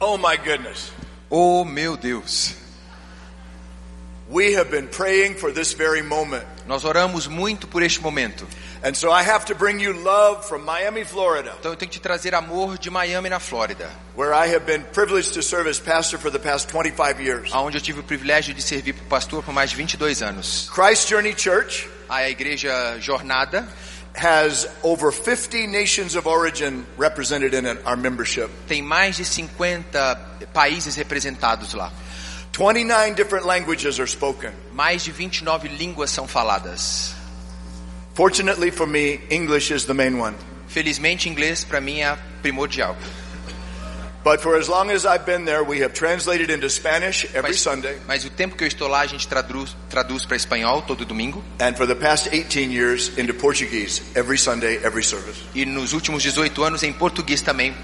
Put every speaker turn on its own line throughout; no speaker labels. Oh my goodness.
Oh meu Deus,
We have been praying for this very moment.
nós oramos muito por este momento.
And so I have to bring you love from Miami, Florida,
Então eu tenho que te trazer amor de Miami, na Flórida,
where I have been privileged to serve as pastor for the past 25 years.
onde eu tive o privilégio de servir para pastor por mais de 22 anos.
Christ Journey Church
A igreja Jornada
has over 50 nations of origin represented in it- our membership.
tem mais de 50 países representados lá.
29 different languages are spoken.
Mais de 29 línguas são faladas.
Fortunately for me, English is the main one.
Felizmente, inglês para mim é primordial.
But for as long as I've been there, we have translated into Spanish every
Mas,
Sunday.
mas o tempo que eu estou lá, a gente traduz, traduz para espanhol todo domingo.
And for the past 18 years, into Portuguese every Sunday, every service.
E nos últimos 18 anos, em português também.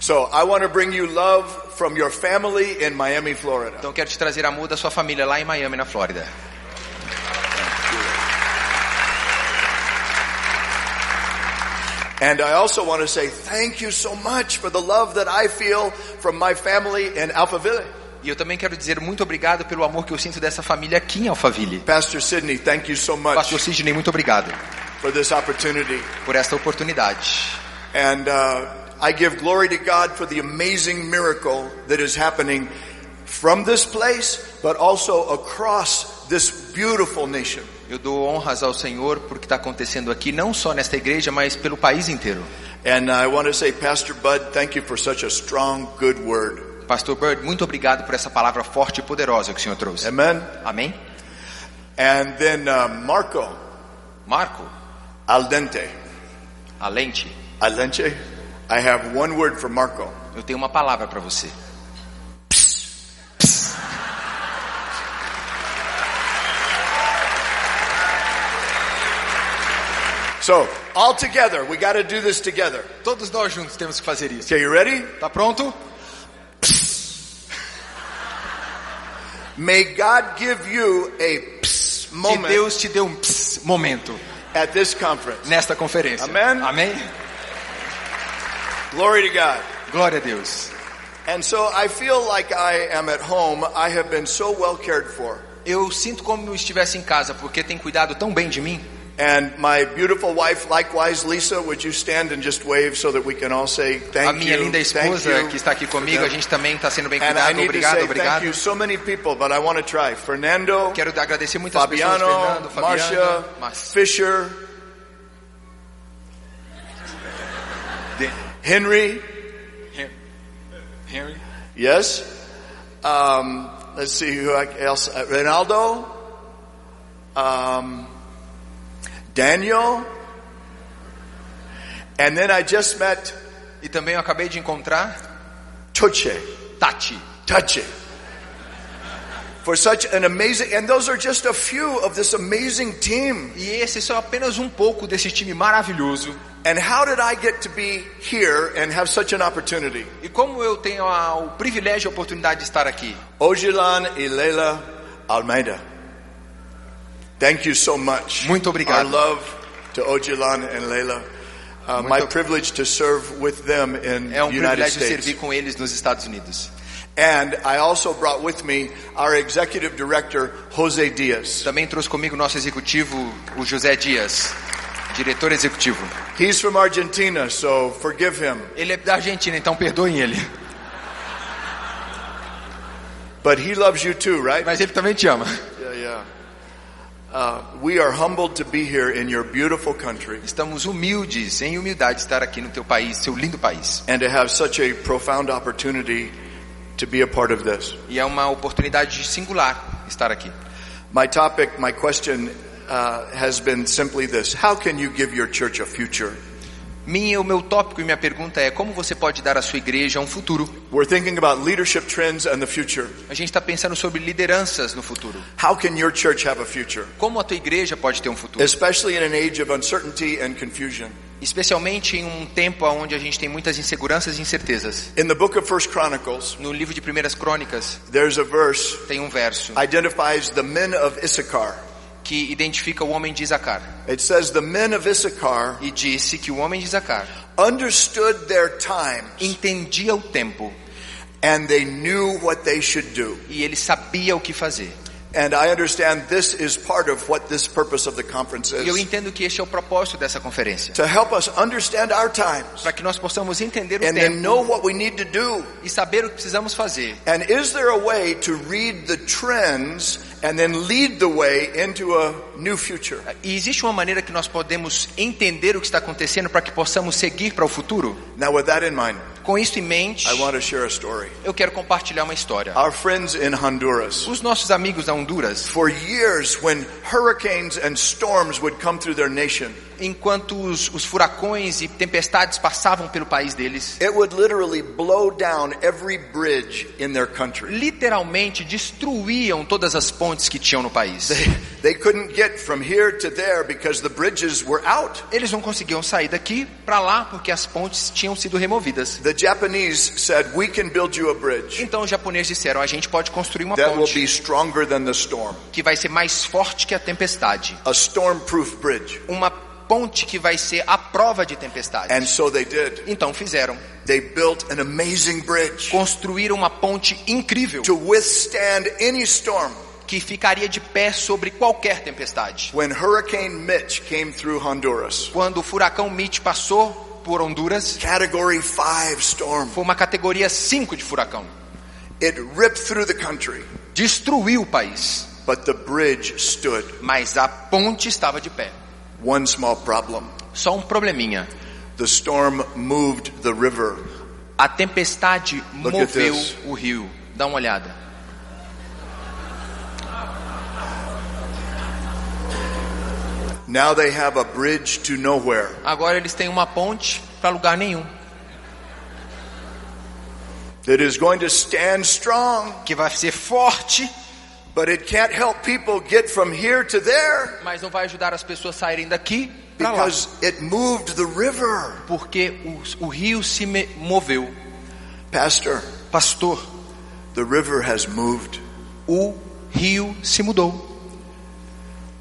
So I want to bring you love from your family in Miami, Florida.
Então, eu quero te trazer amor da sua família lá em Miami, na Flórida.
And I also want to say thank you so much for the love that I feel from my family in Alphaville.
E eu também quero dizer muito obrigado pelo amor que eu sinto dessa família aqui em Alphaville.
Pastor Sidney, thank you so much
Pastor Sidney, muito obrigado
for this opportunity.
por esta oportunidade.
And uh, I give glory to God for the amazing miracle that is happening from this place, but also across this beautiful nation.
Eu dou honras ao Senhor por que está acontecendo aqui, não só nesta igreja, mas pelo país inteiro.
And uh, I want to say, Pastor Bud, thank you for such a strong, good word.
Pastor Bird, muito obrigado por essa palavra forte e poderosa que o Senhor trouxe.
Amen.
Amém?
And then uh, Marco
Marco,
Aldente.
a lente,
Aldente? I have one word for Marco.
eu tenho uma palavra para você.
So, all together, we got to do this together.
Todos nós juntos temos que fazer isso.
Okay, you ready?
Tá pronto?
May God give you a pss
Que
moment
Deus te dê um ps momento
at this conference.
nesta conferência.
Amém?
Amém?
Glory to God.
Glória a Deus.
And so I feel like I am at home. I have been so well cared for.
Eu sinto como eu estivesse em casa, porque tem cuidado tão bem de mim.
And my beautiful wife, likewise, Lisa, would you stand and just wave so that we can all say thank
A minha
you,
linda
thank you.
esposa que está aqui comigo, a gente também está sendo bem
And I
cuidado.
need to
Obrigado,
say thank
obrigado.
you so many people, but I want to try. Fernando,
Quero agradecer muitas
Fabiano,
pessoas, Fernando,
Marcia,
Fabiano, Márcia,
Fisher, Henry.
Henry.
Yes. Um, let's see who I- else. Uh, Ronaldo. Um, Daniel. And then I just met
E também eu acabei de encontrar
Tuche.
Tati.
Tuche. For such an amazing, and those are just a few of this amazing team.
E esse é só apenas um pouco desse time maravilhoso.
And how did I get to be here and have such an opportunity?
E como eu tenho a- o privilégio e a oportunidade de estar aqui.
Ojilan Ilela Almeida. Thank you so much.
Muito obrigado.
Our love to Ojilan and Leila. Uh, my privilege to serve with them in
É um
United
privilégio
States.
servir com eles nos Estados Unidos.
And I also brought with me our executive director, Jose Diaz.
Também trouxe comigo nosso executivo, o José Dias, diretor executivo.
He's from Argentina, so forgive him.
Ele é da Argentina, então perdoem ele.
But he loves you too, right?
Mas ele também te ama.
Yeah, yeah. Uh, we are humbled to be here in your beautiful country
Estamos humildes, em humildade, de estar aqui no teu país, seu lindo país.
and to have such a profound opportunity to be a part of this.
E é uma oportunidade singular estar aqui.
My topic, my question uh, has been simply this How can you give your church a future?
Minha, o meu tópico e minha pergunta é como você pode dar à sua igreja um futuro?
We're thinking about leadership trends and the future.
A gente está pensando sobre lideranças no futuro.
How can your church have a future?
Como a tua igreja pode ter um futuro?
Especially in an age of uncertainty and confusion.
Especialmente em um tempo onde a gente tem muitas inseguranças e incertezas.
In the book of First Chronicles,
No livro de Primeiras Crônicas
there's a verse
tem um verso
identifies the men of Issachar.
que identifica o homem de Issacar.
It says the men of Issachar
E disse que o homem de Issacar
understood their times
entendia o tempo
and they knew what they should do.
e ele sabia o que fazer.
And I understand this is part of what this purpose of the conference
E eu
is.
entendo que este é o propósito dessa conferência,
To help us understand our times
para que nós possamos entender o
and then
tempo
know what we need to do.
e saber o que precisamos fazer.
And is there a way to read the trends and then lead the way into a new future?
E existe uma maneira que nós podemos entender o que está acontecendo para que possamos seguir para o futuro?
Now with that in mind,
Com isso em mente,
I want to share a story.
eu quero compartilhar uma história.
Our friends in Honduras,
Os nossos amigos da Honduras,
for years when hurricanes and storms would come through their nation,
enquanto os, os furacões e tempestades passavam pelo país deles,
it would literally blow down every bridge in their country.
literalmente destruíam todas as pontes que tinham no país.
They couldn't get from here to there because the bridges were out.
Eles não conseguiam sair daqui para lá porque as pontes tinham sido removidas.
The Japanese said, we can build you a bridge
Então os japoneses disseram: a gente pode construir uma
that will
ponte
be stronger than the storm.
que vai ser mais forte que a tempestade,
A storm-proof bridge.
uma ponte que vai ser à prova de tempestade.
And so they did.
Então fizeram,
They built an amazing bridge
construíram uma ponte incrível
to withstand any storm.
que ficaria de pé sobre qualquer tempestade.
When Hurricane Mitch came through Honduras,
Quando o furacão Mitch passou por Honduras,
category 5 storm,
foi uma categoria 5 de furacão.
it ripped through the country,
Destruiu o país,
but the bridge stood.
mas a ponte estava de pé.
One small problem.
Só um probleminha.
The storm moved the river.
A tempestade
Look at
moveu
this.
o rio. Dá uma olhada.
Now they have a bridge to nowhere.
Agora eles têm uma ponte para lugar nenhum,
That is going to stand strong,
que vai ser forte,
but it can't help people get from here to there
mas não vai ajudar as pessoas a saírem daqui para lá,
because it moved the river.
porque o, o rio se me- moveu.
Pastor,
Pastor,
the river has moved.
o rio se mudou,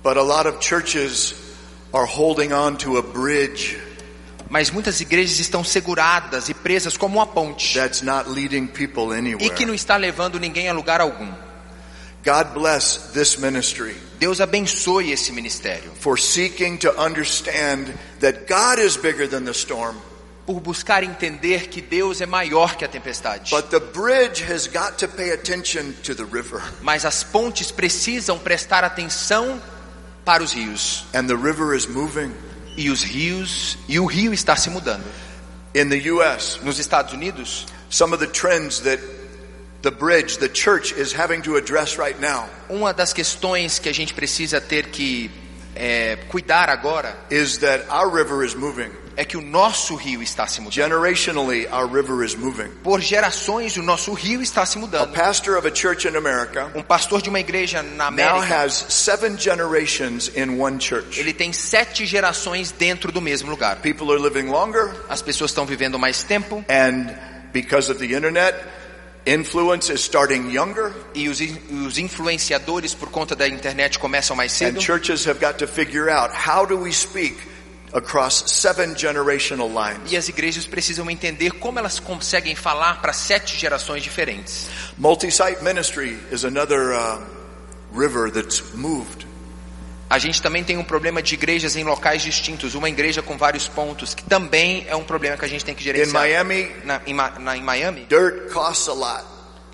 But a lot of churches are holding on to a bridge
mas muitas igrejas estão seguradas e presas como uma ponte
that's not leading people
e que não
anywhere.
está levando ninguém a lugar algum.
God bless this ministry
Deus abençoe esse ministério
for seeking to understand that God is bigger than the storm,
por buscar entender que Deus é maior que a tempestade.
but the bridge has got to pay attention to the river,
Mas as pontes precisam prestar atenção para os rios.
and the river is moving.
E os rios, e o rio está se mudando.
In the U.S.,
Nos Estados Unidos,
some of the trends that the bridge, the church is having to address right now
uma das questões que a gente precisa ter que é, cuidar agora
is that our river is moving.
é que o nosso rio está se mudando.
Generationally, our river is moving.
Por gerações, o nosso rio está se
A
mudando.
pastor of a church in America
Um pastor de uma igreja na
now
América,
has seven generations in one church.
ele tem sete gerações dentro do mesmo lugar.
People are living longer,
As pessoas estão vivendo mais tempo
and because of the internet, influence is starting younger,
e os, in- os influenciadores, por conta da internet, começam mais
and
cedo.
churches have got to figure out how do we speak across seven generational lines.
E as igrejas precisam entender como elas conseguem falar para sete gerações diferentes.
Multi-site ministry is another um, river that's moved.
A gente também tem um problema de igrejas em locais distintos, uma igreja com vários pontos, que também é um problema que a gente tem que
In
gerenciar.
Miami,
Na, em, Ma- na- em Miami,
dirt costs a lot.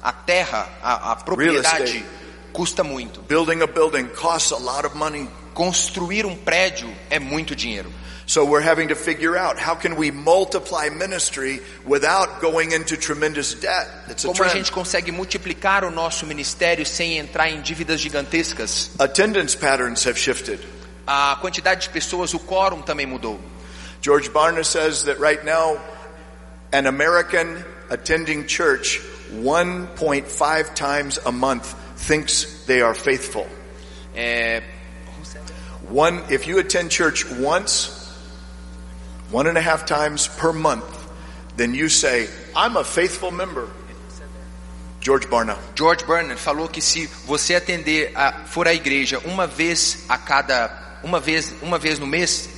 a terra, a, a propriedade
estate.
custa muito.
Building a building costs a lot of money.
Construir um prédio é muito dinheiro.
So we're having to figure out how can we multiply ministry without going into tremendous debt. It's a
Como a
trend.
gente consegue multiplicar o nosso ministério sem entrar em dívidas gigantescas?
Attendance patterns have shifted.
A quantidade de pessoas, o quórum também mudou.
George Barna says that right now, an American attending church 1.5 times a month thinks they are faithful.
É,
One, if you attend church once, one and a half times per month, then you say, I'm a faithful member. George Barna.
George Bernard falou que se você atender a, for à igreja uma vez a cada uma vez uma vez no mês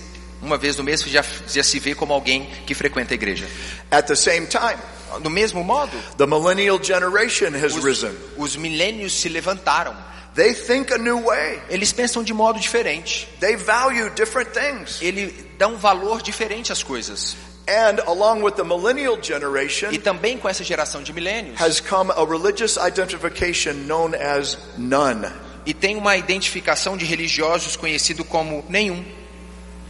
uma vez no mês você já já se vê como alguém que frequenta a igreja.
At the same time,
do mesmo modo,
The millennial generation has
os,
risen.
os milênios se levantaram.
They think a new way.
Eles pensam de modo diferente.
They value different things.
Ele dá um valor diferente às coisas.
And along with the millennial
E
generation
também com essa geração de milênios.
has come a religious identification known as none.
E tem uma identificação de religiosos conhecido como nenhum.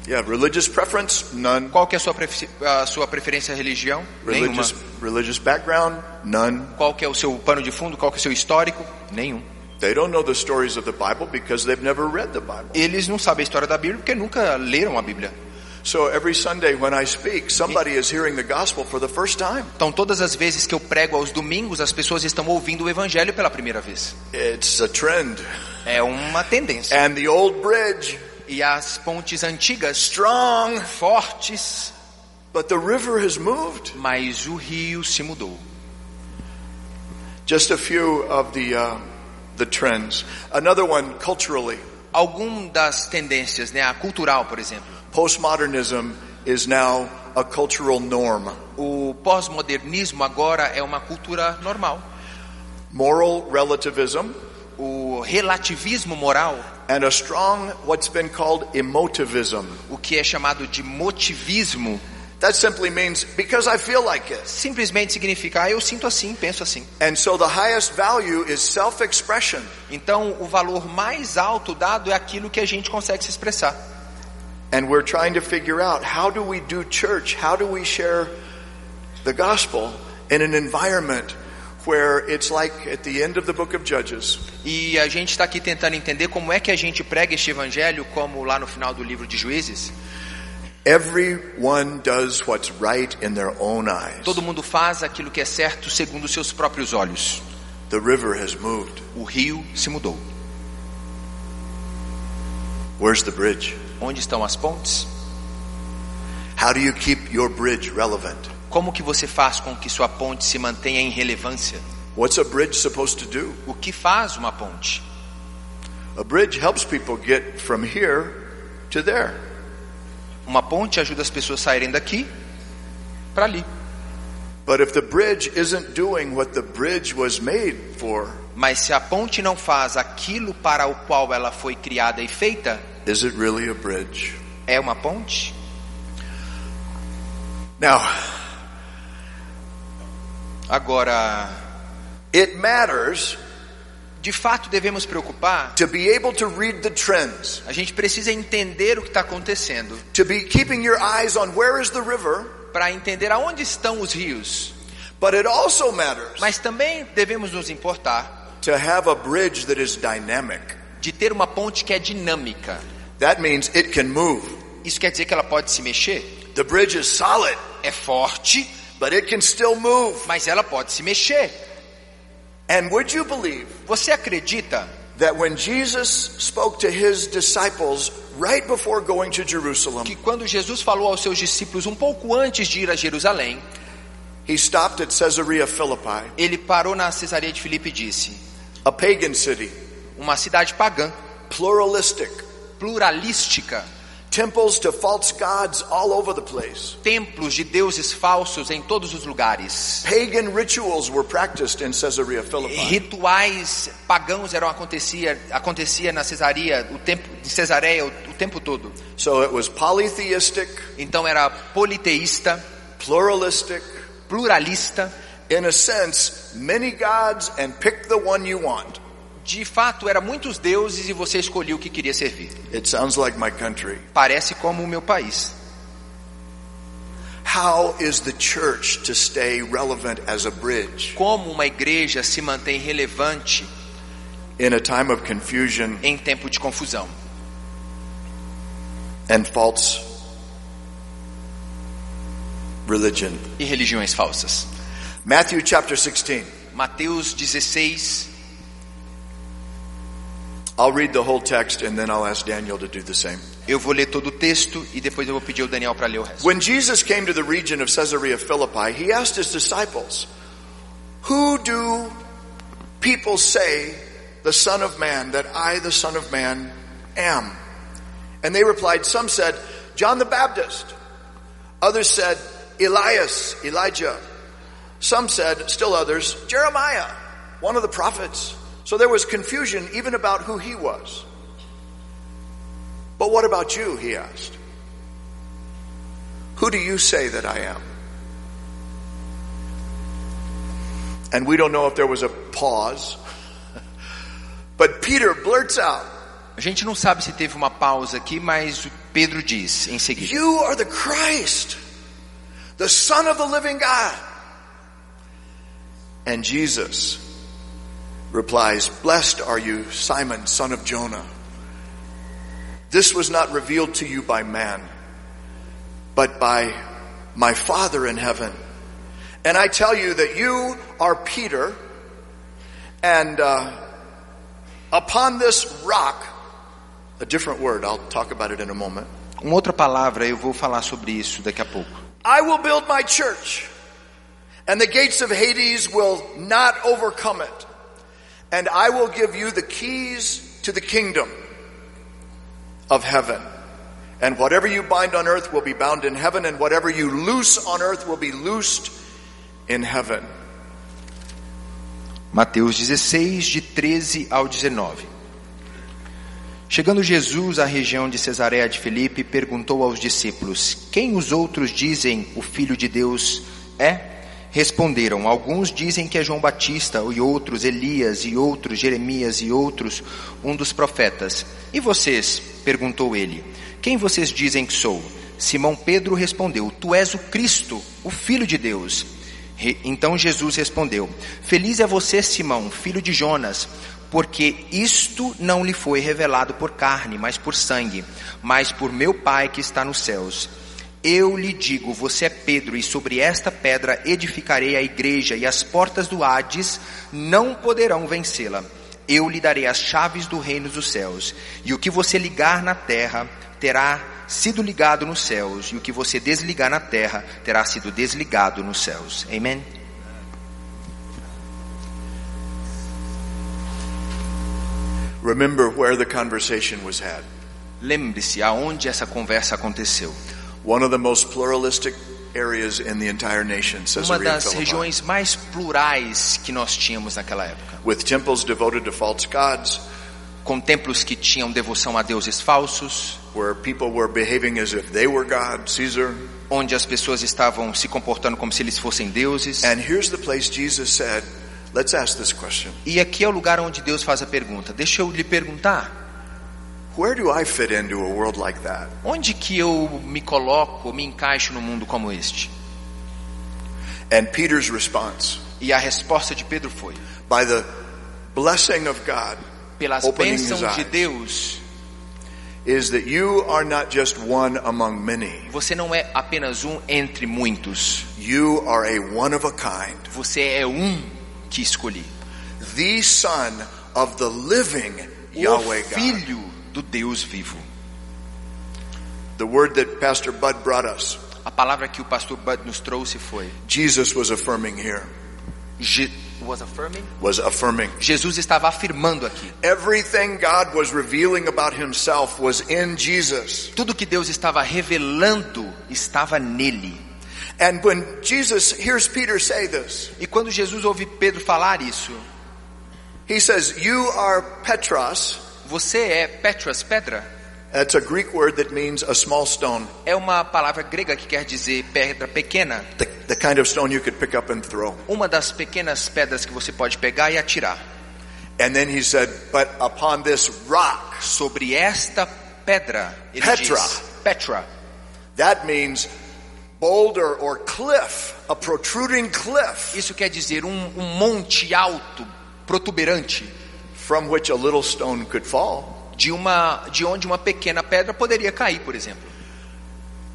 Yeah, religious preference, none.
Qual que é a sua, prefe- a sua preferência à religião? Nenhuma.
Religious religious background, none.
Qual que é o seu pano de fundo? Qual que é o seu histórico? Nenhum.
They don't know the stories of the Bible because they've never read the Bible.
Eles não sabem a história da Bíblia porque nunca leram a Bíblia.
So every Sunday when I speak, somebody is hearing the gospel for the first time.
Então todas as vezes que eu prego aos domingos, as pessoas estão ouvindo o evangelho pela primeira vez.
It's a trend.
É uma tendência.
And the old bridge,
E as pontes antigas,
strong,
fortes,
but the river has moved.
mas o rio se mudou.
Just a few of the uh, the trends. Another one culturally,
Algum das tendências, né, a cultural, por exemplo.
postmodernism is now a cultural norm.
O pós-modernismo agora é uma cultura normal.
Moral relativism
O relativismo moral,
and a strong what's been called emotivism.
o que é chamado de motivismo,
That simply means because I feel like it.
simplesmente significa ah, eu sinto assim, penso assim.
And so the highest value is self-expression.
Então, o valor mais alto dado é aquilo que a gente consegue se expressar.
And we're trying to figure out how do we do church? How do we share the gospel in an environment where it's like at the end of the book of Judges,
E a gente está aqui tentando entender como é que a gente prega este evangelho, como lá no final do livro de Juízes,
everyone does what's right in their own eyes.
todo mundo faz aquilo que é certo segundo os seus próprios olhos.
The river has moved.
O rio se mudou.
Where's the bridge?
Onde estão as pontes?
How do you keep your bridge relevant?
Como que você faz com que sua ponte se mantenha em relevância?
What's a bridge supposed to do?
O que faz uma ponte?
A bridge helps people get from here to there.
Uma ponte ajuda as pessoas a saírem daqui para ali.
But if the bridge isn't doing what the bridge was made for,
Mas se a ponte não faz aquilo para o qual ela foi criada e feita,
is it really a bridge?
é uma ponte?
Now,
Agora,
it matters
de fato devemos preocupar
to be able to read the trends,
A gente precisa entender o que está acontecendo
to be keeping your eyes on where is the river,
para entender aonde estão os rios.
but it also matters
Mas também devemos nos importar
to have a bridge that is dynamic.
de ter uma ponte que é dinâmica.
That means it can move.
Isso quer dizer que ela pode se mexer?
The bridge is solid,
É forte,
but it can still move.
mas ela pode se mexer.
And would you believe
Você acredita
that when Jesus spoke to his disciples right before going to Jerusalem,
que quando Jesus falou aos seus discípulos um pouco antes de ir a Jerusalém,
he stopped at Caesarea Philippi,
ele parou na Cesareia de Filipe e disse:
a pagan city,
"Uma cidade pagã,
pluralistic,
pluralística,
temples to false gods all over the place.
templos de deuses falsos em todos os lugares."
Pagan rituals were practiced in Caesarea Philippi.
rituais pagãos eram acontecia acontecia na Cesaria o tempo de Cesareia o, o tempo todo.
So it was polytheistic,
Então era politeísta,
pluralistic,
pluralista,
in a sense, many gods and pick the one you want.
de fato era muitos deuses e você escolhia o que queria servir.
It sounds like my country.
Parece como o meu país.
How is the church to stay relevant as a bridge
Como uma igreja se mantém relevante
in a time of confusion
em tempo de confusão
and false religion?
e religiões falsas?
Matthew chapter 16.
Mateus 16
I'll read the whole text and then I'll ask Daniel to do the same.
eu vou ler todo o texto e depois eu vou pedir ao Daniel para ler o resto.
When Jesus came to the region of Caesarea Philippi, he asked his disciples, Who do people say the Son of Man, that I, the Son of Man, am? And they replied, Some said, John the Baptist. Others said, Elias, Elijah. Some said, still others, Jeremiah, one of the prophets. So there was confusion even about who he was. But what about you? He asked. Who do you say that I am? And we don't know if there was a pause. but Peter blurts out,
A gente não sabe se teve uma pausa aqui, mas o Pedro diz em seguida:
You are the Christ, the Son of the living God. And Jesus replies, Blessed are you, Simon, son of Jonah. This was not revealed to you by man, but by my Father in heaven. And I tell you that you are Peter, and uh, upon this rock, a different word, I'll talk about it in a moment.
Uma outra palavra, eu vou falar sobre isso daqui a pouco.
I will build my church, and the gates of Hades will not overcome it. And I will give you the keys to the kingdom of heaven. And whatever you bind on earth will be bound in heaven, and whatever you loose on earth will be loosed in heaven.
Mateus 16, de 13 ao 19. Chegando Jesus à região de Cesareia de Filipe, perguntou aos discípulos: Quem os outros dizem o Filho de Deus é? Responderam: Alguns dizem que é João Batista, e outros Elias, e outros Jeremias, e outros um dos profetas. E vocês? perguntou ele. Quem vocês dizem que sou? Simão Pedro respondeu: Tu és o Cristo, o Filho de Deus. Re- Então Jesus respondeu: Feliz é você, Simão, filho de Jonas, porque isto não lhe foi revelado por carne, mas por sangue, mas por meu Pai que está nos céus. Eu lhe digo: você é Pedro, e sobre esta pedra edificarei a igreja, e as portas do Hades não poderão vencê-la. Eu lhe darei as chaves do reino dos céus, e o que você ligar na terra terá sido ligado nos céus, e o que você desligar na terra terá sido desligado nos céus. Amém?
Remember where the conversation was had.
Lembre-se aonde essa conversa aconteceu.
One of the most pluralistic areas in the entire nation,
Uma
Caesarea
das
Philippi,
regiões mais plurais que nós tínhamos naquela época,
with temples devoted to false gods,
com templos que tinham devoção a deuses falsos,
where people were behaving as if they were God, Caesar.
onde as pessoas estavam se comportando como se eles fossem deuses.
And here's the place Jesus said, let's ask this question.
E aqui é o lugar onde Deus faz a pergunta. Deixa eu lhe perguntar,
Where do I fit into a world like that?
onde que eu me coloco, me encaixo num mundo como este?
And Peter's response,
E a resposta de Pedro foi:
by the blessing of God,
pelas
Opening his
bênçãos de
eyes.
Deus,
is that you are not just one among many.
você não é apenas um entre muitos.
You are a one of a kind,
Você é um que escolhi.
the son of the living Yahweh
o
God.
filho do Deus vivo.
The word that Pastor Bud brought us,
A palavra que o pastor Bud nos trouxe foi
Jesus was affirming here,
Je- was affirming?
was affirming.
Jesus estava afirmando aqui.
Everything God was revealing about himself was in Jesus.
Tudo que Deus estava revelando estava nele.
And when Jesus hears Peter say this,
E quando Jesus ouve Pedro falar isso,
he says, You are Petros.
você é Petras, pedra?
That's a Greek word that means a small stone,
É uma palavra grega que quer dizer pedra pequena.
the, the kind of stone you could pick up and throw.
Uma das pequenas pedras que você pode pegar e atirar.
And then he said, But upon this rock,
Sobre esta pedra, ele
Petra.
diz, Petra,
that means boulder or cliff, a protruding cliff
Isso quer dizer um, um monte alto, protuberante,
from which a little stone could fall.
de, uma, de onde uma pequena pedra poderia cair, por exemplo.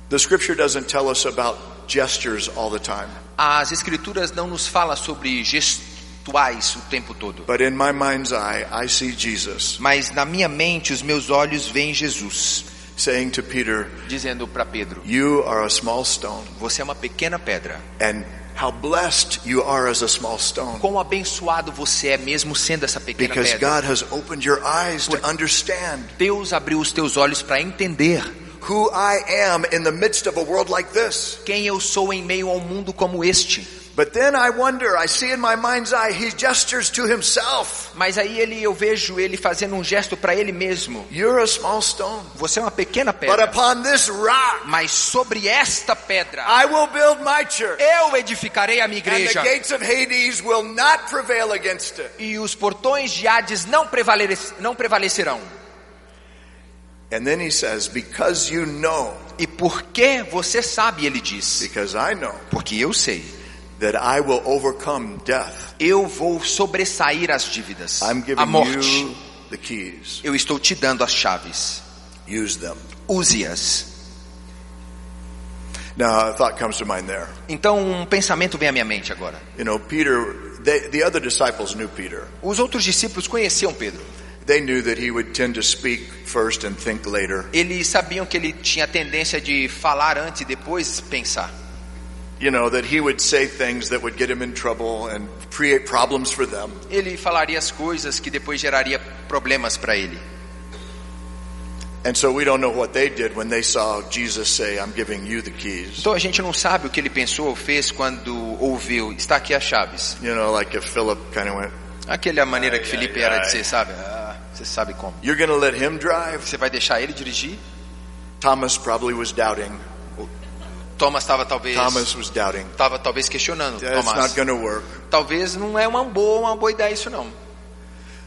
The scripture doesn't tell us about gestures all the time,
As escrituras não nos falam sobre gestuais o tempo todo,
but in my mind's eye, I see Jesus
mas na minha mente os meus olhos veem Jesus
saying to Peter,
dizendo para Pedro:
You are a small stone.
Você é uma pequena pedra.
and how blessed you are as a small stone
Quão abençoado você é mesmo sendo essa pequena
because
pedra.
God has opened your eyes to understand
Deus abriu os teus olhos para entender
who I am in the midst of a world like this.
quem eu sou em meio a um mundo como este.
But then I wonder, I see in my mind's eye, he gestures to himself.
Mas aí ele, eu vejo ele fazendo um gesto para ele mesmo.
You're a small stone,
Você é uma pequena
but
pedra,
upon this rock
mas sobre esta pedra
I will build my church,
eu edificarei a minha
and the
igreja.
gates of Hades will not prevail against it.
E os portões de Hades não, prevalere- não prevalecerão.
And then he says, Because you know,
E porque você sabe, ele diz.
because I know,
Porque eu sei.
that I will overcome death,
Eu vou sobressair as dívidas.
I'm giving
A morte.
you the keys.
Eu estou te dando as chaves.
Use them.
Use-as.
Now, a thought comes to mind there.
Então um pensamento vem à minha mente agora.
You know, Peter, they, the other disciples knew Peter.
Os outros discípulos conheciam Pedro.
They knew that he would tend to speak first and think later.
Eles sabiam que ele tinha a tendência de falar antes e depois pensar.
You know, that he would say things that would get him in trouble and create problems for them.
Ele falaria as coisas que depois geraria problemas para ele.
And so we don't know what they did when they saw Jesus say, I'm giving you the keys.
Então a gente não sabe o que ele pensou ou fez quando ouviu, está aqui as chaves.
You know, like if Philip kind of went,
Aquela maneira que Felipe
ai,
era
ai.
de ser, sabe? Ah, você sabe como.
You're going to let him drive?
Você vai deixar ele dirigir?
Thomas probably was doubting.
Thomas estava talvez
Thomas was doubting.
tava talvez questionando.
That's
Thomas,
not going to work.
talvez não é uma boa, uma boa ideia isso não.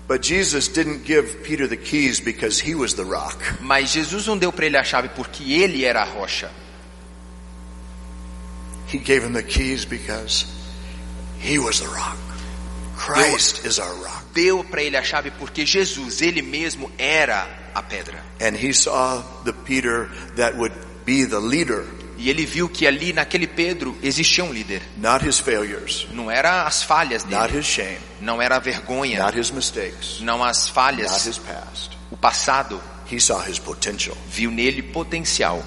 But Jesus didn't give Peter the keys because he was the rock.
Mas Jesus não deu para ele a chave porque ele era a rocha.
He gave him the keys because he was the rock. Christ is our rock.
Deu para ele a chave porque Jesus, ele mesmo era a pedra.
And he saw the Peter that would be the leader,
E ele viu que ali naquele Pedro existia um líder.
not his failures,
Não era as falhas
not
dele,
his shame,
não era a vergonha,
not his mistakes,
não as
not
falhas.
his past.
O passado
He saw his potential.
viu nele potencial.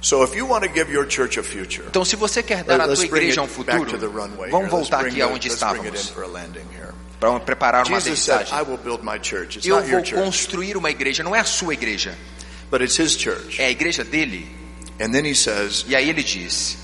So if you want to give your church a future,
Então, se você quer dar à
let's
tua
bring
igreja um
it back to the
futuro,
runway.
vamos
here. Let's
voltar
bring it-
aqui aonde
let's bring it in
estávamos
for a landing here.
para preparar uma
Jesus said,
aterrissagem.
I will build my church. It's
Eu
not
vou
your church,
construir uma igreja, não é a sua igreja,
but it's his church.
é a igreja dele.
And then he says,
E aí ele diz: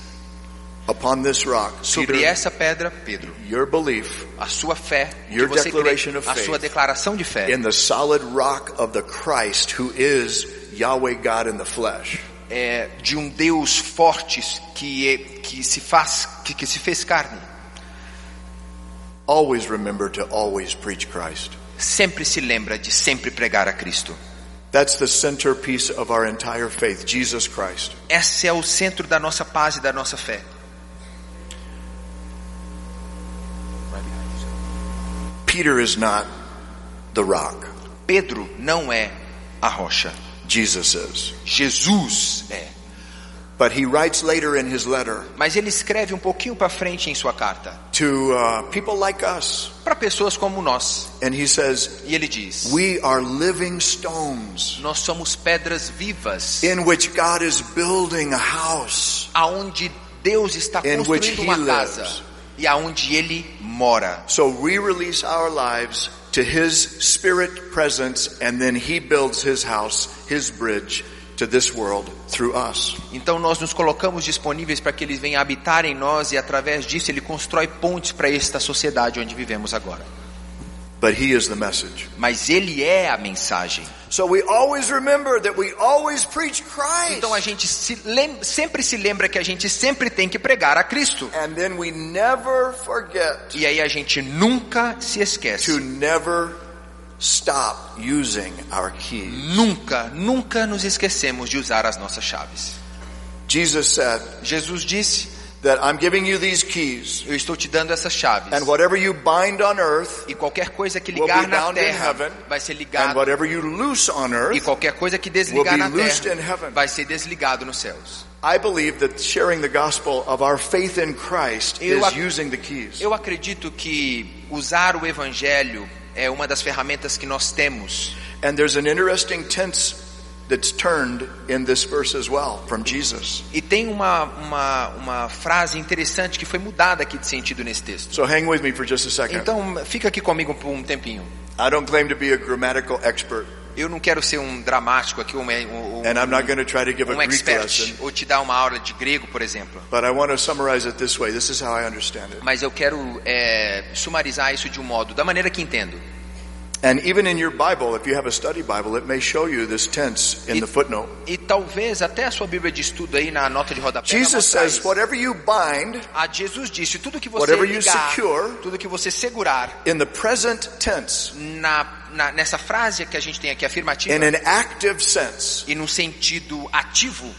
Upon this rock,
sobre
Peter,
essa pedra, Pedro,
your belief
a sua fé, que
Your
você
declaration
crê,
of
a
faith
sua declaração de fé
in the solid rock of the Christ who is Yahweh God in the flesh.
é de um Deus forte que é- que se faz que, que se fez carne.
Always remember to always preach Christ.
Sempre se lembra de sempre pregar a Cristo.
That's the centerpiece of our entire faith, Jesus Christ.
Esse é o centro da nossa paz e da nossa fé.
Peter is not the rock.
Pedro não é a rocha.
Jesus is.
Jesus é.
But he writes later in his letter
Mas ele escreve um pouquinho para frente em sua carta
to uh, people like us,
para pessoas como nós
and he says,
e ele diz:
"We are living stones
Nós somos pedras vivas
in which God is building a house."
aonde Deus está
In which
construindo
he
uma
lives.
casa e aonde ele mora.
So we release our lives to His Spirit presence, and then He builds His house, His bridge to this world through us.
Então nós nos colocamos disponíveis para que ele venha habitar em nós e através disso ele constrói pontes para esta sociedade onde vivemos agora.
But He is the message.
Mas ele é a mensagem.
So we always remember that we always preach Christ.
Então a gente se lem- sempre se lembra que a gente sempre tem que pregar a Cristo.
And then we never forget
E aí a gente nunca se
to
esquece.
never stop using our key.
Nunca, nunca nos esquecemos de usar as nossas chaves.
Jesus said
Jesus disse:
that I'm giving you these keys,
Eu estou te dando essas chaves.
and whatever you bind on earth,
E qualquer coisa que
Will
ligar
be
na
bound in
terra
heaven,
vai ser
and
ligado.
whatever you loose on
E
earth,
qualquer coisa que desligar
be
na
loosed in
terra
heaven.
vai ser desligado nos céus.
I believe that sharing the gospel of our faith in Christ
Eu
is
ac-
using the keys.
Eu acredito que usar o evangelho é uma das ferramentas que nós temos.
And there's an interesting tense that's turned in this verse as well from Jesus.
E tem uma, uma, uma frase interessante que foi mudada aqui de sentido nesse texto.
So hang with me for just a second.
Então, fica aqui comigo por um tempinho.
I don't claim to be a grammatical expert,
Eu não quero ser um dramático aqui, um, um,
and I'm not going to try to give a
um
Greek lesson,
expert, ou te dar uma aula de grego, por exemplo.
but I want to summarize it this way. This is how I understand it.
Mas eu quero é, sumarizar isso de um modo, da maneira que entendo.
And even in your Bible, if you have a study Bible, it may show you this tense in the footnote.
E talvez até a sua Bíblia de estudo aí na nota de rodapé. ela
Jesus
mostra
says,
isso.
whatever you bind
Ah, Jesus disse, tudo que você
Whatever you
ligar,
secure-
tudo que você segurar
in the present tense,
na, na- nessa frase que a gente tem aqui, afirmativa,
in an active sense,
e num sentido ativo,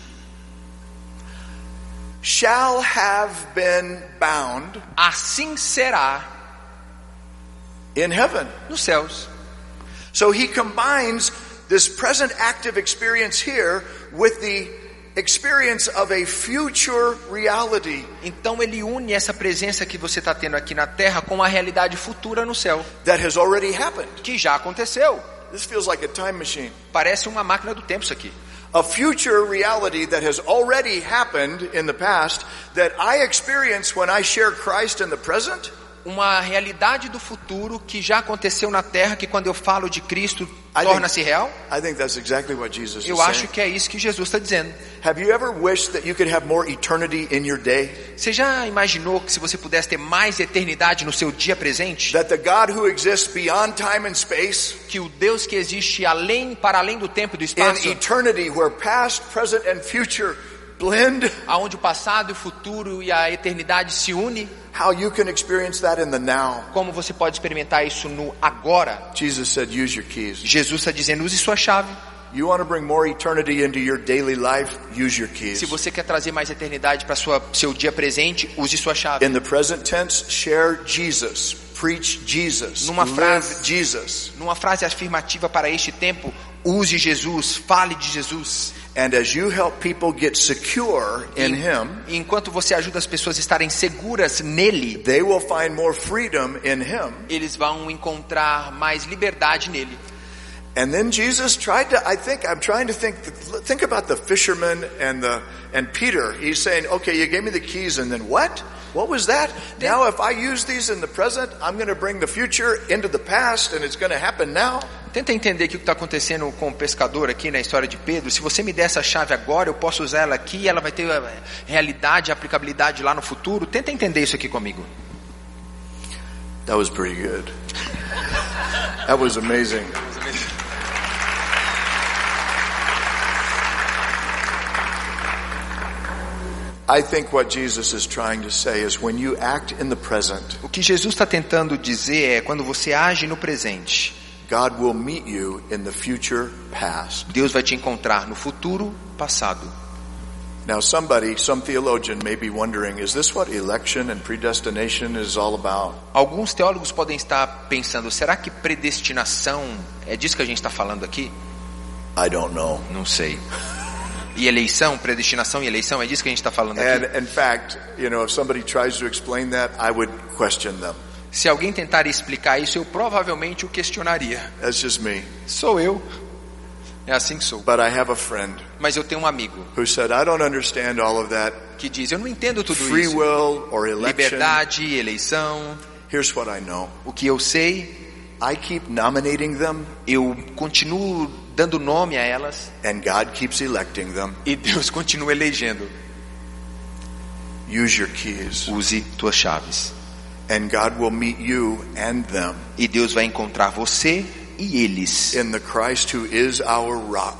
shall have been bound
assim será
in heaven.
nos céus.
So he combines this present active experience here with the experience of a future reality
Então ele une essa presença que você está tendo aqui na terra com a realidade futura no céu,
that has already happened.
que já aconteceu.
This feels like a time machine.
Parece uma máquina do tempo isso aqui.
A future reality that has already happened in the past that I experience when I share Christ in the present
Uma realidade do futuro que já aconteceu na terra, que quando eu falo de Cristo
think-
torna-se real.
I think that's exactly what Jesus
Eu
is
acho
saying.
que é isso que Jesus está dizendo.
Have you ever wished that you could have more eternity in your day?
Você já imaginou que se você pudesse ter mais eternidade no seu dia presente,
That the God who exists beyond time and space,
que o Deus que existe além, para além do tempo e do
in
espaço,
eternity where past, present, and future blend,
aonde o passado, o futuro e a eternidade se unem,
how you can experience that in the now.
como você pode experimentar isso no agora?
Jesus said, use your keys.
Jesus está dizendo, use sua chave.
You want to bring more eternity into your daily life? Use your
Se
keys.
você quer trazer mais eternidade para sua seu dia presente, use sua chave.
In the present tense, share Jesus, preach Jesus,
Numa frase.
live Jesus.
Numa frase afirmativa para este tempo, use Jesus, fale de Jesus.
And as you help people get secure in Him,
E enquanto você ajuda as pessoas a estarem seguras nele,
they will find more freedom in Him.
eles vão encontrar mais liberdade nele.
And then Jesus tried to, I think, I'm trying to think, think about the fisherman and the, and Peter. He's saying, okay, you gave me the keys and then what? What was that? Now if I use these in the present, I'm going to bring the future into the past and it's going to happen now.
Tenta entender aqui o que está acontecendo com o pescador aqui na história de Pedro. Se você me der essa chave agora, eu posso usar ela aqui, ela vai ter eh, realidade, aplicabilidade lá no futuro. Tenta entender isso aqui comigo.
That was pretty good. that was amazing. I think what Jesus is trying to say is when you act in the present,
O que Jesus está tentando dizer é quando você age no presente,
God will meet you in the future past.
Deus vai te encontrar no futuro passado.
Now somebody, some theologian may be wondering, is this what election and predestination is all about?
Alguns teólogos podem estar pensando, será que predestinação é disso que a gente está falando aqui?
I don't know.
Não sei. E eleição, predestinação e eleição, é disso que a gente está falando aqui?
And in fact, you know, if somebody tries to explain that, I would question them.
Se alguém tentar explicar isso, eu provavelmente o questionaria.
That's just me.
Sou eu. É assim que sou.
But I have a friend
Mas eu tenho um amigo
who said, I don't understand all of that
que diz: Eu não entendo tudo
free
isso.
will or election.
Liberdade, eleição,
Here's what I know.
o que eu sei,
I keep nominating them
eu continuo dando nome a elas
and God keeps electing them.
e Deus continua elegendo.
Use your keys
Use tuas chaves
and God will meet you and them
e Deus vai encontrar você e eles
in the Christ who is our rock,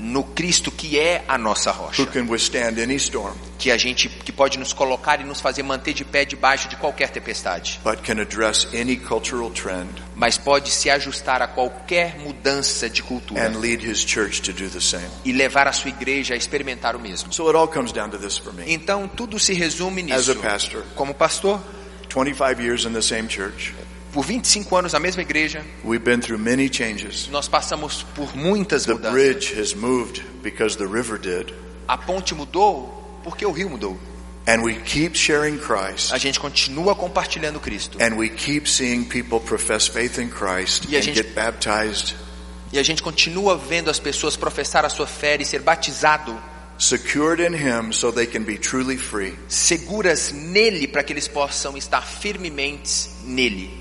no Cristo que é a nossa
who
rocha,
can withstand any storm,
que a gente que pode nos colocar e nos fazer manter de pé debaixo de qualquer tempestade.
but can address any cultural trend
mas pode se ajustar a qualquer mudança de cultura
and lead his church to do the same.
e levar a sua igreja a experimentar o mesmo.
So it all comes down to this for me.
Então tudo se resume
As
nisso.
a pastor,
Como pastor,
25 years in the same church,
por 25 anos na mesma igreja,
we've been through many changes.
nós passamos por muitas
The
mudanças.
bridge has moved because the river did.
A ponte mudou porque o rio mudou.
And we keep sharing
A
Christ.
gente continua compartilhando Cristo.
And we keep seeing people profess faith in Christ
E a
and
gente-
get baptized,
E a gente continua vendo as pessoas professar a sua fé e ser batizado,
secured in Him so they can be truly free.
seguras nele para que eles possam estar firmemente nele.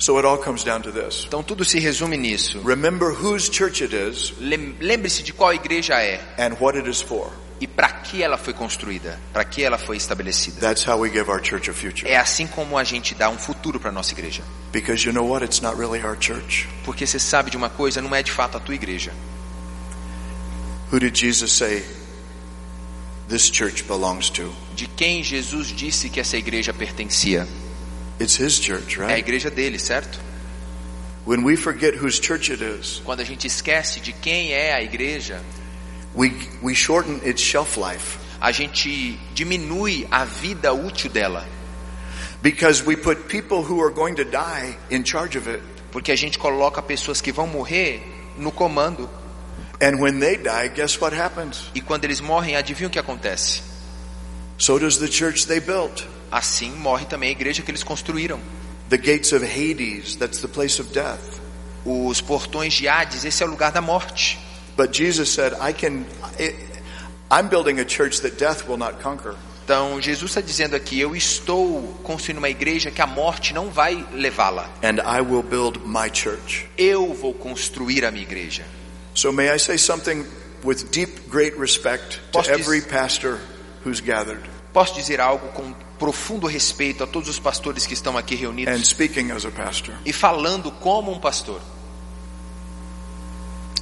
So it all comes down to this.
Então tudo se resume nisso.
Remember whose church it is
Lem- Lembre-se de qual igreja é
and what it is for.
e para que ela foi construída, para que ela foi estabelecida.
That's how we give our church a future.
É assim como a gente dá um futuro para nossa igreja.
Because you know what? It's not really our church.
Porque você sabe de uma coisa, não é de fato a tua igreja.
Who did Jesus say this church belongs to?
De quem Jesus disse que essa igreja pertencia.
It's his church,
É a
right?
igreja dele, certo?
When we forget whose church it is,
Quando a gente esquece de quem é a igreja,
we, we shorten its shelf life
a gente diminui a vida útil dela.
because we put people who are going to die in charge of it.
Porque a gente coloca pessoas que vão morrer no comando.
And when they die, guess what happens?
E quando eles morrem, adivinha o que acontece?
So does the church they built.
Assim morre também a igreja que eles construíram.
The gates of Hades, that's the place of death.
Os portões de Hades, esse é o lugar da morte.
But Jesus said, I can, I, I'm building a church that death will not conquer.
Então Jesus está dizendo aqui: eu estou construindo uma igreja que a morte não vai levá-la.
And I will build my church.
Eu vou construir a minha igreja.
So may I say something with deep, great respect to
Posso dizer-
every pastor who's gathered
Posso dizer algo com profundo respeito a todos os pastores que estão aqui
and
reunidos
speaking as a pastor.
e falando como um pastor.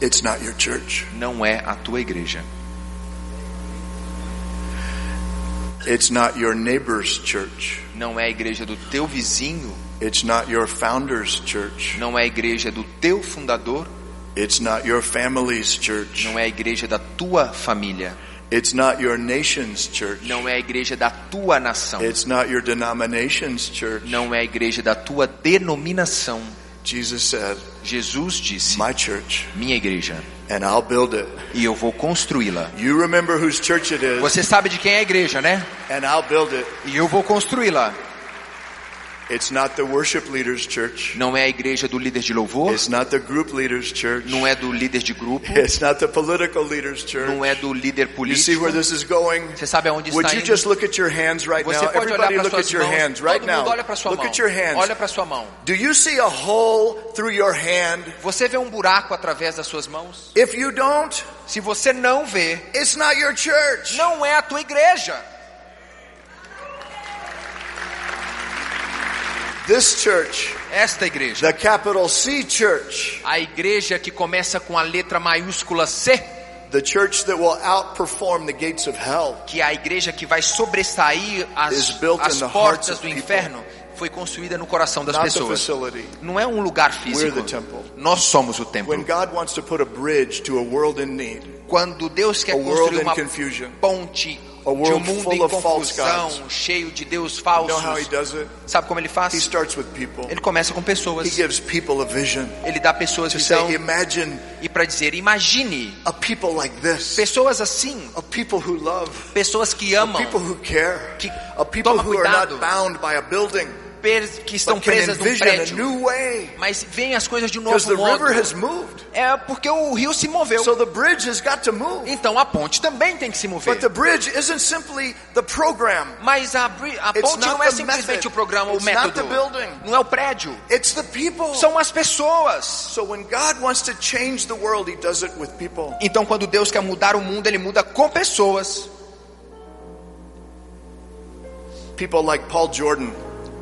It's not your church.
Não é a tua igreja.
It's not your neighbor's church.
Não é a igreja do teu vizinho.
It's not your founder's church.
Não é a igreja do teu fundador.
It's not your family's church.
Não é a igreja da tua família.
It's not your nation's church.
Não é a igreja da tua nação.
It's not your denomination's church.
Não é a igreja da tua denominação.
Jesus said,
Jesus disse:
My church,
Minha igreja.
and I'll build it.
E eu vou construí-la.
You remember whose church it is,
Você sabe de quem é a igreja, né?
and I'll build it.
E eu vou construí-la.
It's not the worship leader's church.
Não é a igreja do líder de louvor.
It's not the group leader's church.
Não é do líder de grupo.
It's not the political leader's church.
Não é do líder
You see
político.
where this is going?
Você sabe aonde
Would
está
you
indo?
just look at your hands right now?
Você pode olhar
Everybody
para
look
suas
at your
mãos.
hands right
Todo
now.
mundo olha para sua
Look
mão.
at your hands.
Olha para sua mão.
Do you see a hole through your hand?
Você vê um buraco através das suas mãos?
If you don't,
Se você não vê,
it's not your church.
não é a tua igreja.
This church,
Esta igreja.
the capital C church,
A igreja que começa com a letra maiúscula C,
the church that will outperform the gates of hell,
que é a igreja que vai sobressair
Is
as,
built
as
in the hearts
portas
of
do
people.
inferno, foi construída no coração das
not the
pessoas.
facility.
Não é um lugar
We're the
físico.
temple.
Nós somos o
When
templo.
God wants to put a bridge to a world in need,
Quando Deus
a
quer
world
construir
in
uma
confusion,
ponte de um
world
mundo
full
em
of false
confusão, cheio de deus
you know how He
falsos,
does it?
sabe como ele
He
faz?
starts with people.
Ele começa com
He
pessoas.
gives people a vision
Ele dá pessoas
to
visão
say, imagine
e para dizer, imagine
a people like this,
pessoas assim,
a people who love,
pessoas que
a
amam,
people who care,
que
a people
toma
who are not
cuidado.
bound by a building,
per- que estão
but can
presas num
envision a
prédio.
new way.
Mas veem as coisas de um
Because the
novo modo.
river has moved.
É porque o rio se moveu.
So the bridge has got to move.
Então a ponte também tem que se
But
mover.
the bridge isn't simply the program.
Mas a, bri- a
It's
ponte
not
não é
the
simplesmente
method.
o programa, o
It's not
método.
the building.
Não é o prédio.
It's the people.
São as pessoas.
So when God wants to change the world, He does it with people.
Então quando Deus quer mudar o mundo, Ele muda com pessoas.
People like Paul Jordan.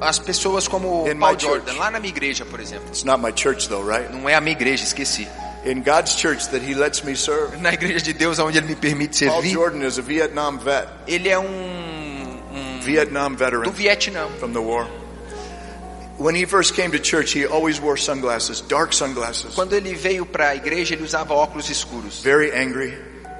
As pessoas como
In
Paul
my
Jordan,
church.
lá na minha igreja, por exemplo.
It's not my church though, right?
Não é a minha igreja, esqueci.
In God's church that He lets me serve.
Na igreja de Deus, onde Ele me permite
Paul
servir,
Jordan is a Vietnam vet,
Ele é um, um
Vietnam
do
veteran
Vietnã.
from the war. When he first came to church, he always wore sunglasses, dark sunglasses.
Quando ele veio para a igreja, ele usava óculos escuros.
Very angry,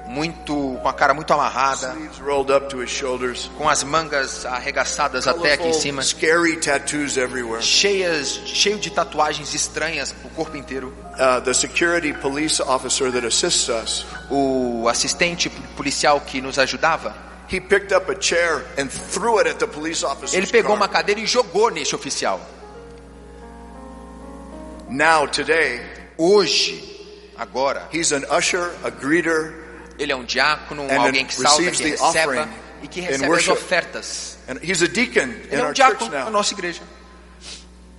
muito com a cara muito amarrada,
sleeves rolled up to his shoulders.
com as mangas arregaçadas até aqui em cima,
Colorful, scary tattoos everywhere.
cheias, cheio de tatuagens estranhas o corpo inteiro.
Uh, the security police officer that assists us,
O assistente policial que nos ajudava,
he picked up a chair and threw it at the police officer.
ele pegou uma cadeira e jogou neste oficial.
Now today,
Hoje, agora,
he's an usher, a greeter,
ele é um diácono, um
And then
alguém que salta,
receives
que
the
receba
offering
e que
in
recebe as
worship.
ofertas.
and he's a deacon in
Ele é um
our church
diácono na
now.
nossa igreja.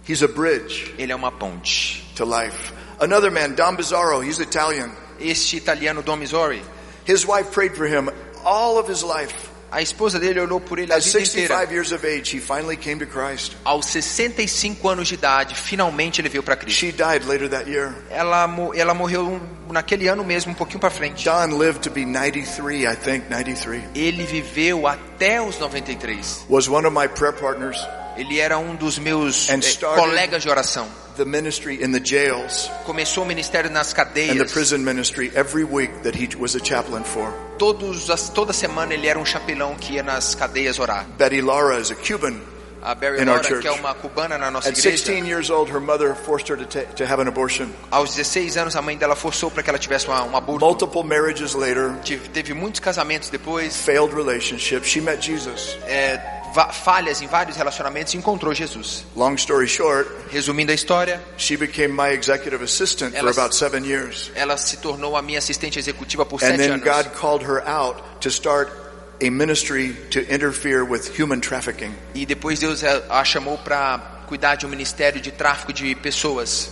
He's a bridge
Ele é uma ponte.
to life. Another man, Don Bizzaro, he's Italian.
Este italiano Dom Missori,
His wife prayed for him all of his life.
a esposa dele orou por ele a
At
vida inteira.
65 years of age, he finally came to Christ.
Aos 65 anos de idade, finalmente ele veio para Cristo.
She died later that year.
Ela, mo- ela morreu um- naquele ano mesmo, um pouquinho para frente.
Don lived to be 93, I think, 93.
Ele viveu até os 93.
Was one of my prayer partners,
Ele era um dos meus
And
eh,
started-
colegas de oração.
the ministry in the jails
Começou o ministério nas
and the
cadeias.
prison ministry every week that he was a chaplain for.
Todos, as- toda semana ele era um chapelão que ia nas cadeias orar.
Betty Lara is a Cuban.
A Barry
In our
Laura,
church.
que é uma cubana na nossa
At
igreja,
16 years old, her mother forced her to, ta- to have an abortion.
aos 16 anos a mãe dela forçou para que ela tivesse uma, um aborto.
Multiple marriages later,
Tive- Teve muitos casamentos depois,
failed relationships. She met Jesus.
eh, va- falhas em vários relacionamentos e encontrou Jesus.
Long story short,
Resumindo a história,
she became my executive assistant for
Elas-
about seven years.
ela se tornou a minha assistente executiva por
And
sete
then
anos.
God called her out to start a ministry to interfere with human trafficking.
E depois Deus eh, a a chamou para cuidar de um ministério de tráfico de pessoas.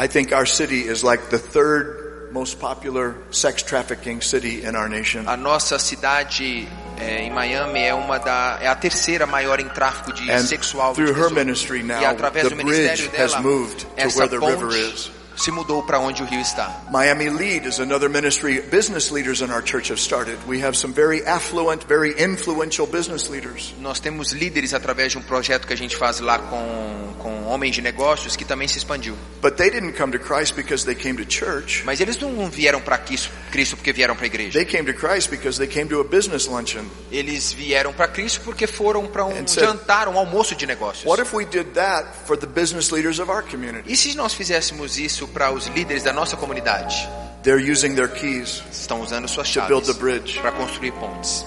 I think our city is like the third most popular sex trafficking city in our nation.
A nossa cidade eh, em Miami é uma da é a terceira maior em tráfico de
And
sexual. de
through her
pessoas.
ministry now,
e através
the
do ministério
bridge has
dela,
moved to
essa
where the
ponte
river is.
se mudou para onde o rio está.
Miami Lead is another ministry business leaders in our church have started. We have some very affluent, very influential business leaders.
Nós temos líderes através de um projeto que a gente faz lá com com homens de negócios que também se expandiu.
But they didn't come to Christ because they came to church.
Mas eles não vieram para Cristo, Cristo porque vieram para a igreja.
They came to Christ because they came to a business luncheon.
Eles vieram para Cristo porque foram para um
And said,
jantar, um almoço de negócios.
What if we did that for the business leaders of our community?
E se nós fizéssemos isso para os líderes da nossa comunidade?
They're using their keys.
Estão usando suas
To build
chaves
the bridge.
para construir pontes.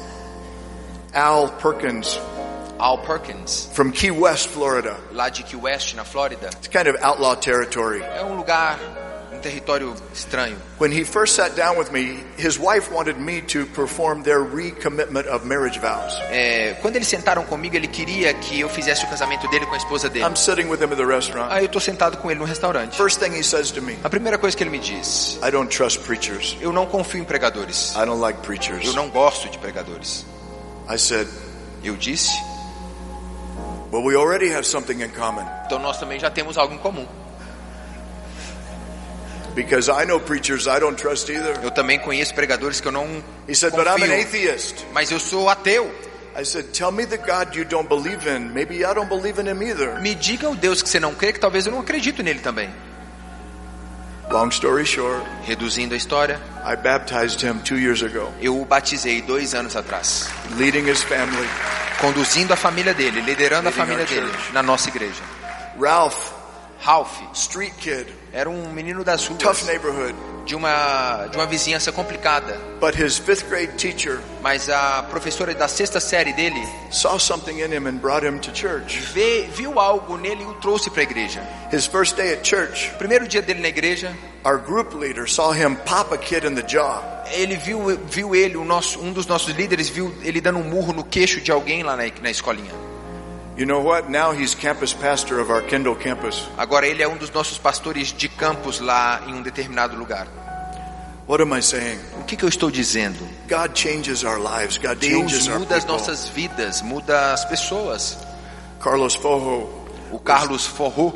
Al Perkins
Al Perkins,
from Key West, Florida.
lá de Key West, na Flórida,
It's kind of outlaw territory.
é um lugar, um território estranho.
When he first sat down with me, his wife wanted me to perform their recommitment of marriage vows.
É, quando eles sentaram comigo, ele queria que eu fizesse o casamento dele com a esposa dele.
I'm sitting with him at the restaurant.
Aí eu tô sentado com ele no restaurante.
First thing he says to me,
A primeira coisa que ele me diz:
I don't trust preachers.
Eu não confio em pregadores.
I don't like
Eu
preachers.
não gosto de pregadores.
I said,
Eu disse.
Well, we already have something in common
Então nós também já temos algo em comum.
because I know preachers I don't trust either.
Eu também conheço pregadores que eu não
He said, But I'm an
confio.
atheist.
Mas eu sou ateu.
I said, Tell me the God you don't believe in. Maybe I don't believe in him either.
Me diga o Deus que você não crê, que talvez eu não acredito nele também.
Long story short,
Reduzindo a história,
I baptized him two years ago,
eu o batizei dois anos atrás,
leading his family.
conduzindo a família dele, liderando a
Leading
família
our
dele
church.
na nossa igreja.
Ralph,
Ralph
street kid,
era um menino das
tough
ruas,
neighborhood,
de uma de uma vizinhança complicada,
but his fifth grade teacher
mas a professora da sexta série dele
saw something in him and brought him to church.
vê- viu algo nele e o trouxe para a igreja.
His first day at church,
Primeiro dia dele na igreja,
our group leader saw him pop a kid in the jaw.
ele viu viu ele, o nosso um dos nossos líderes viu ele dando um murro no queixo de alguém lá na, na escolinha.
You know what? Now he's campus pastor of our Kendall campus.
Agora ele é um dos nossos pastores de campus lá em um determinado lugar.
What am I saying?
O que, que eu estou dizendo?
God changes our lives. God
Deus
changes our
muda as
people.
nossas vidas, muda as pessoas.
Carlos Fojo,
O Carlos Forro,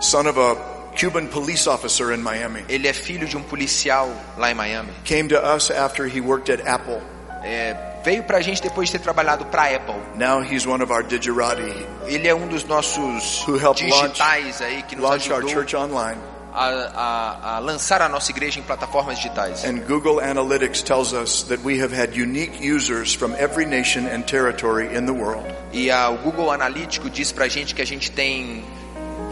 son of a Cuban police officer in Miami,
ele é filho de um policial lá em Miami.
came to us after he worked at Apple.
É, veio pra gente depois de ter trabalhado pra Apple.
Now he's one of our digerati
Ele é um dos nossos
Who helped
digitais aí que nos
launched our
ajudou
church online.
a, a- a lançar a nossa igreja em plataformas digitais.
And Google Analytics tells us that we have had unique users from every nation and territory in the world.
E a- o Google Analítico diz pra gente que a gente tem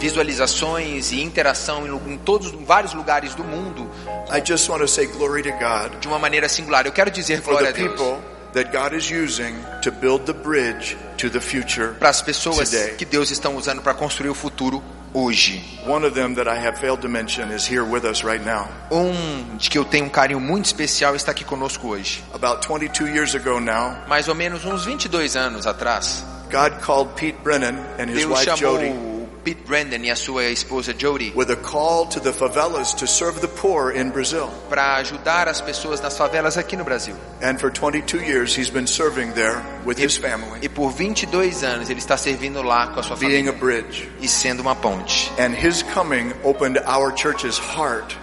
visualizações e interação em, lu- em todos em vários lugares do mundo
I just want to say glory to God
de uma maneira singular. Eu quero dizer
for
glória a
the
Deus
people that God is using to build the bridge to the future.
para as pessoas
today.
que Deus está usando para construir o futuro hoje.
One of them that I have failed to mention is here with us right now.
Um de que eu tenho um carinho muito especial está aqui conosco hoje.
About 22 years ago now,
Mais ou menos uns 22 anos atrás,
God called Pete Brennan and his
Deus
wife
chamou
Jody
o Pete Brandon e a sua esposa Jody
with a call to the favelas to serve the poor in Brazil.
para ajudar as pessoas nas favelas aqui no Brasil.
And for 22 years, he's been serving there with his family,
E por 22 anos ele está servindo lá com a sua
being
família
a bridge.
e sendo uma ponte.
And his coming opened our church's heart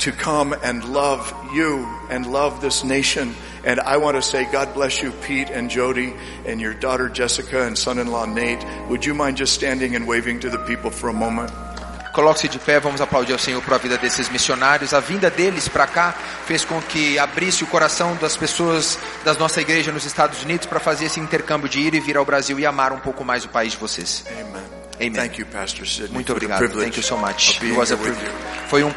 to come and love you and love this nation. And I want to say, God bless you, Pete and Jody, and your daughter Jessica and son-in-law Nate. Would you mind just standing and waving to the people for a moment?
Coloque-se de pé, vamos aplaudir ao Senhor para a vida desses missionários. A vinda deles para cá fez com que abrisse o coração das pessoas da nossa igreja nos Estados Unidos para fazer esse intercâmbio de ir e vir ao Brasil e amar um pouco mais o país de vocês.
Amen.
Amen.
Thank you, Pastor Sidney.
Muito
for the
obrigado.
privilege
Thank you so much.
of being
It was a
here with
privilege.
you.
Foi um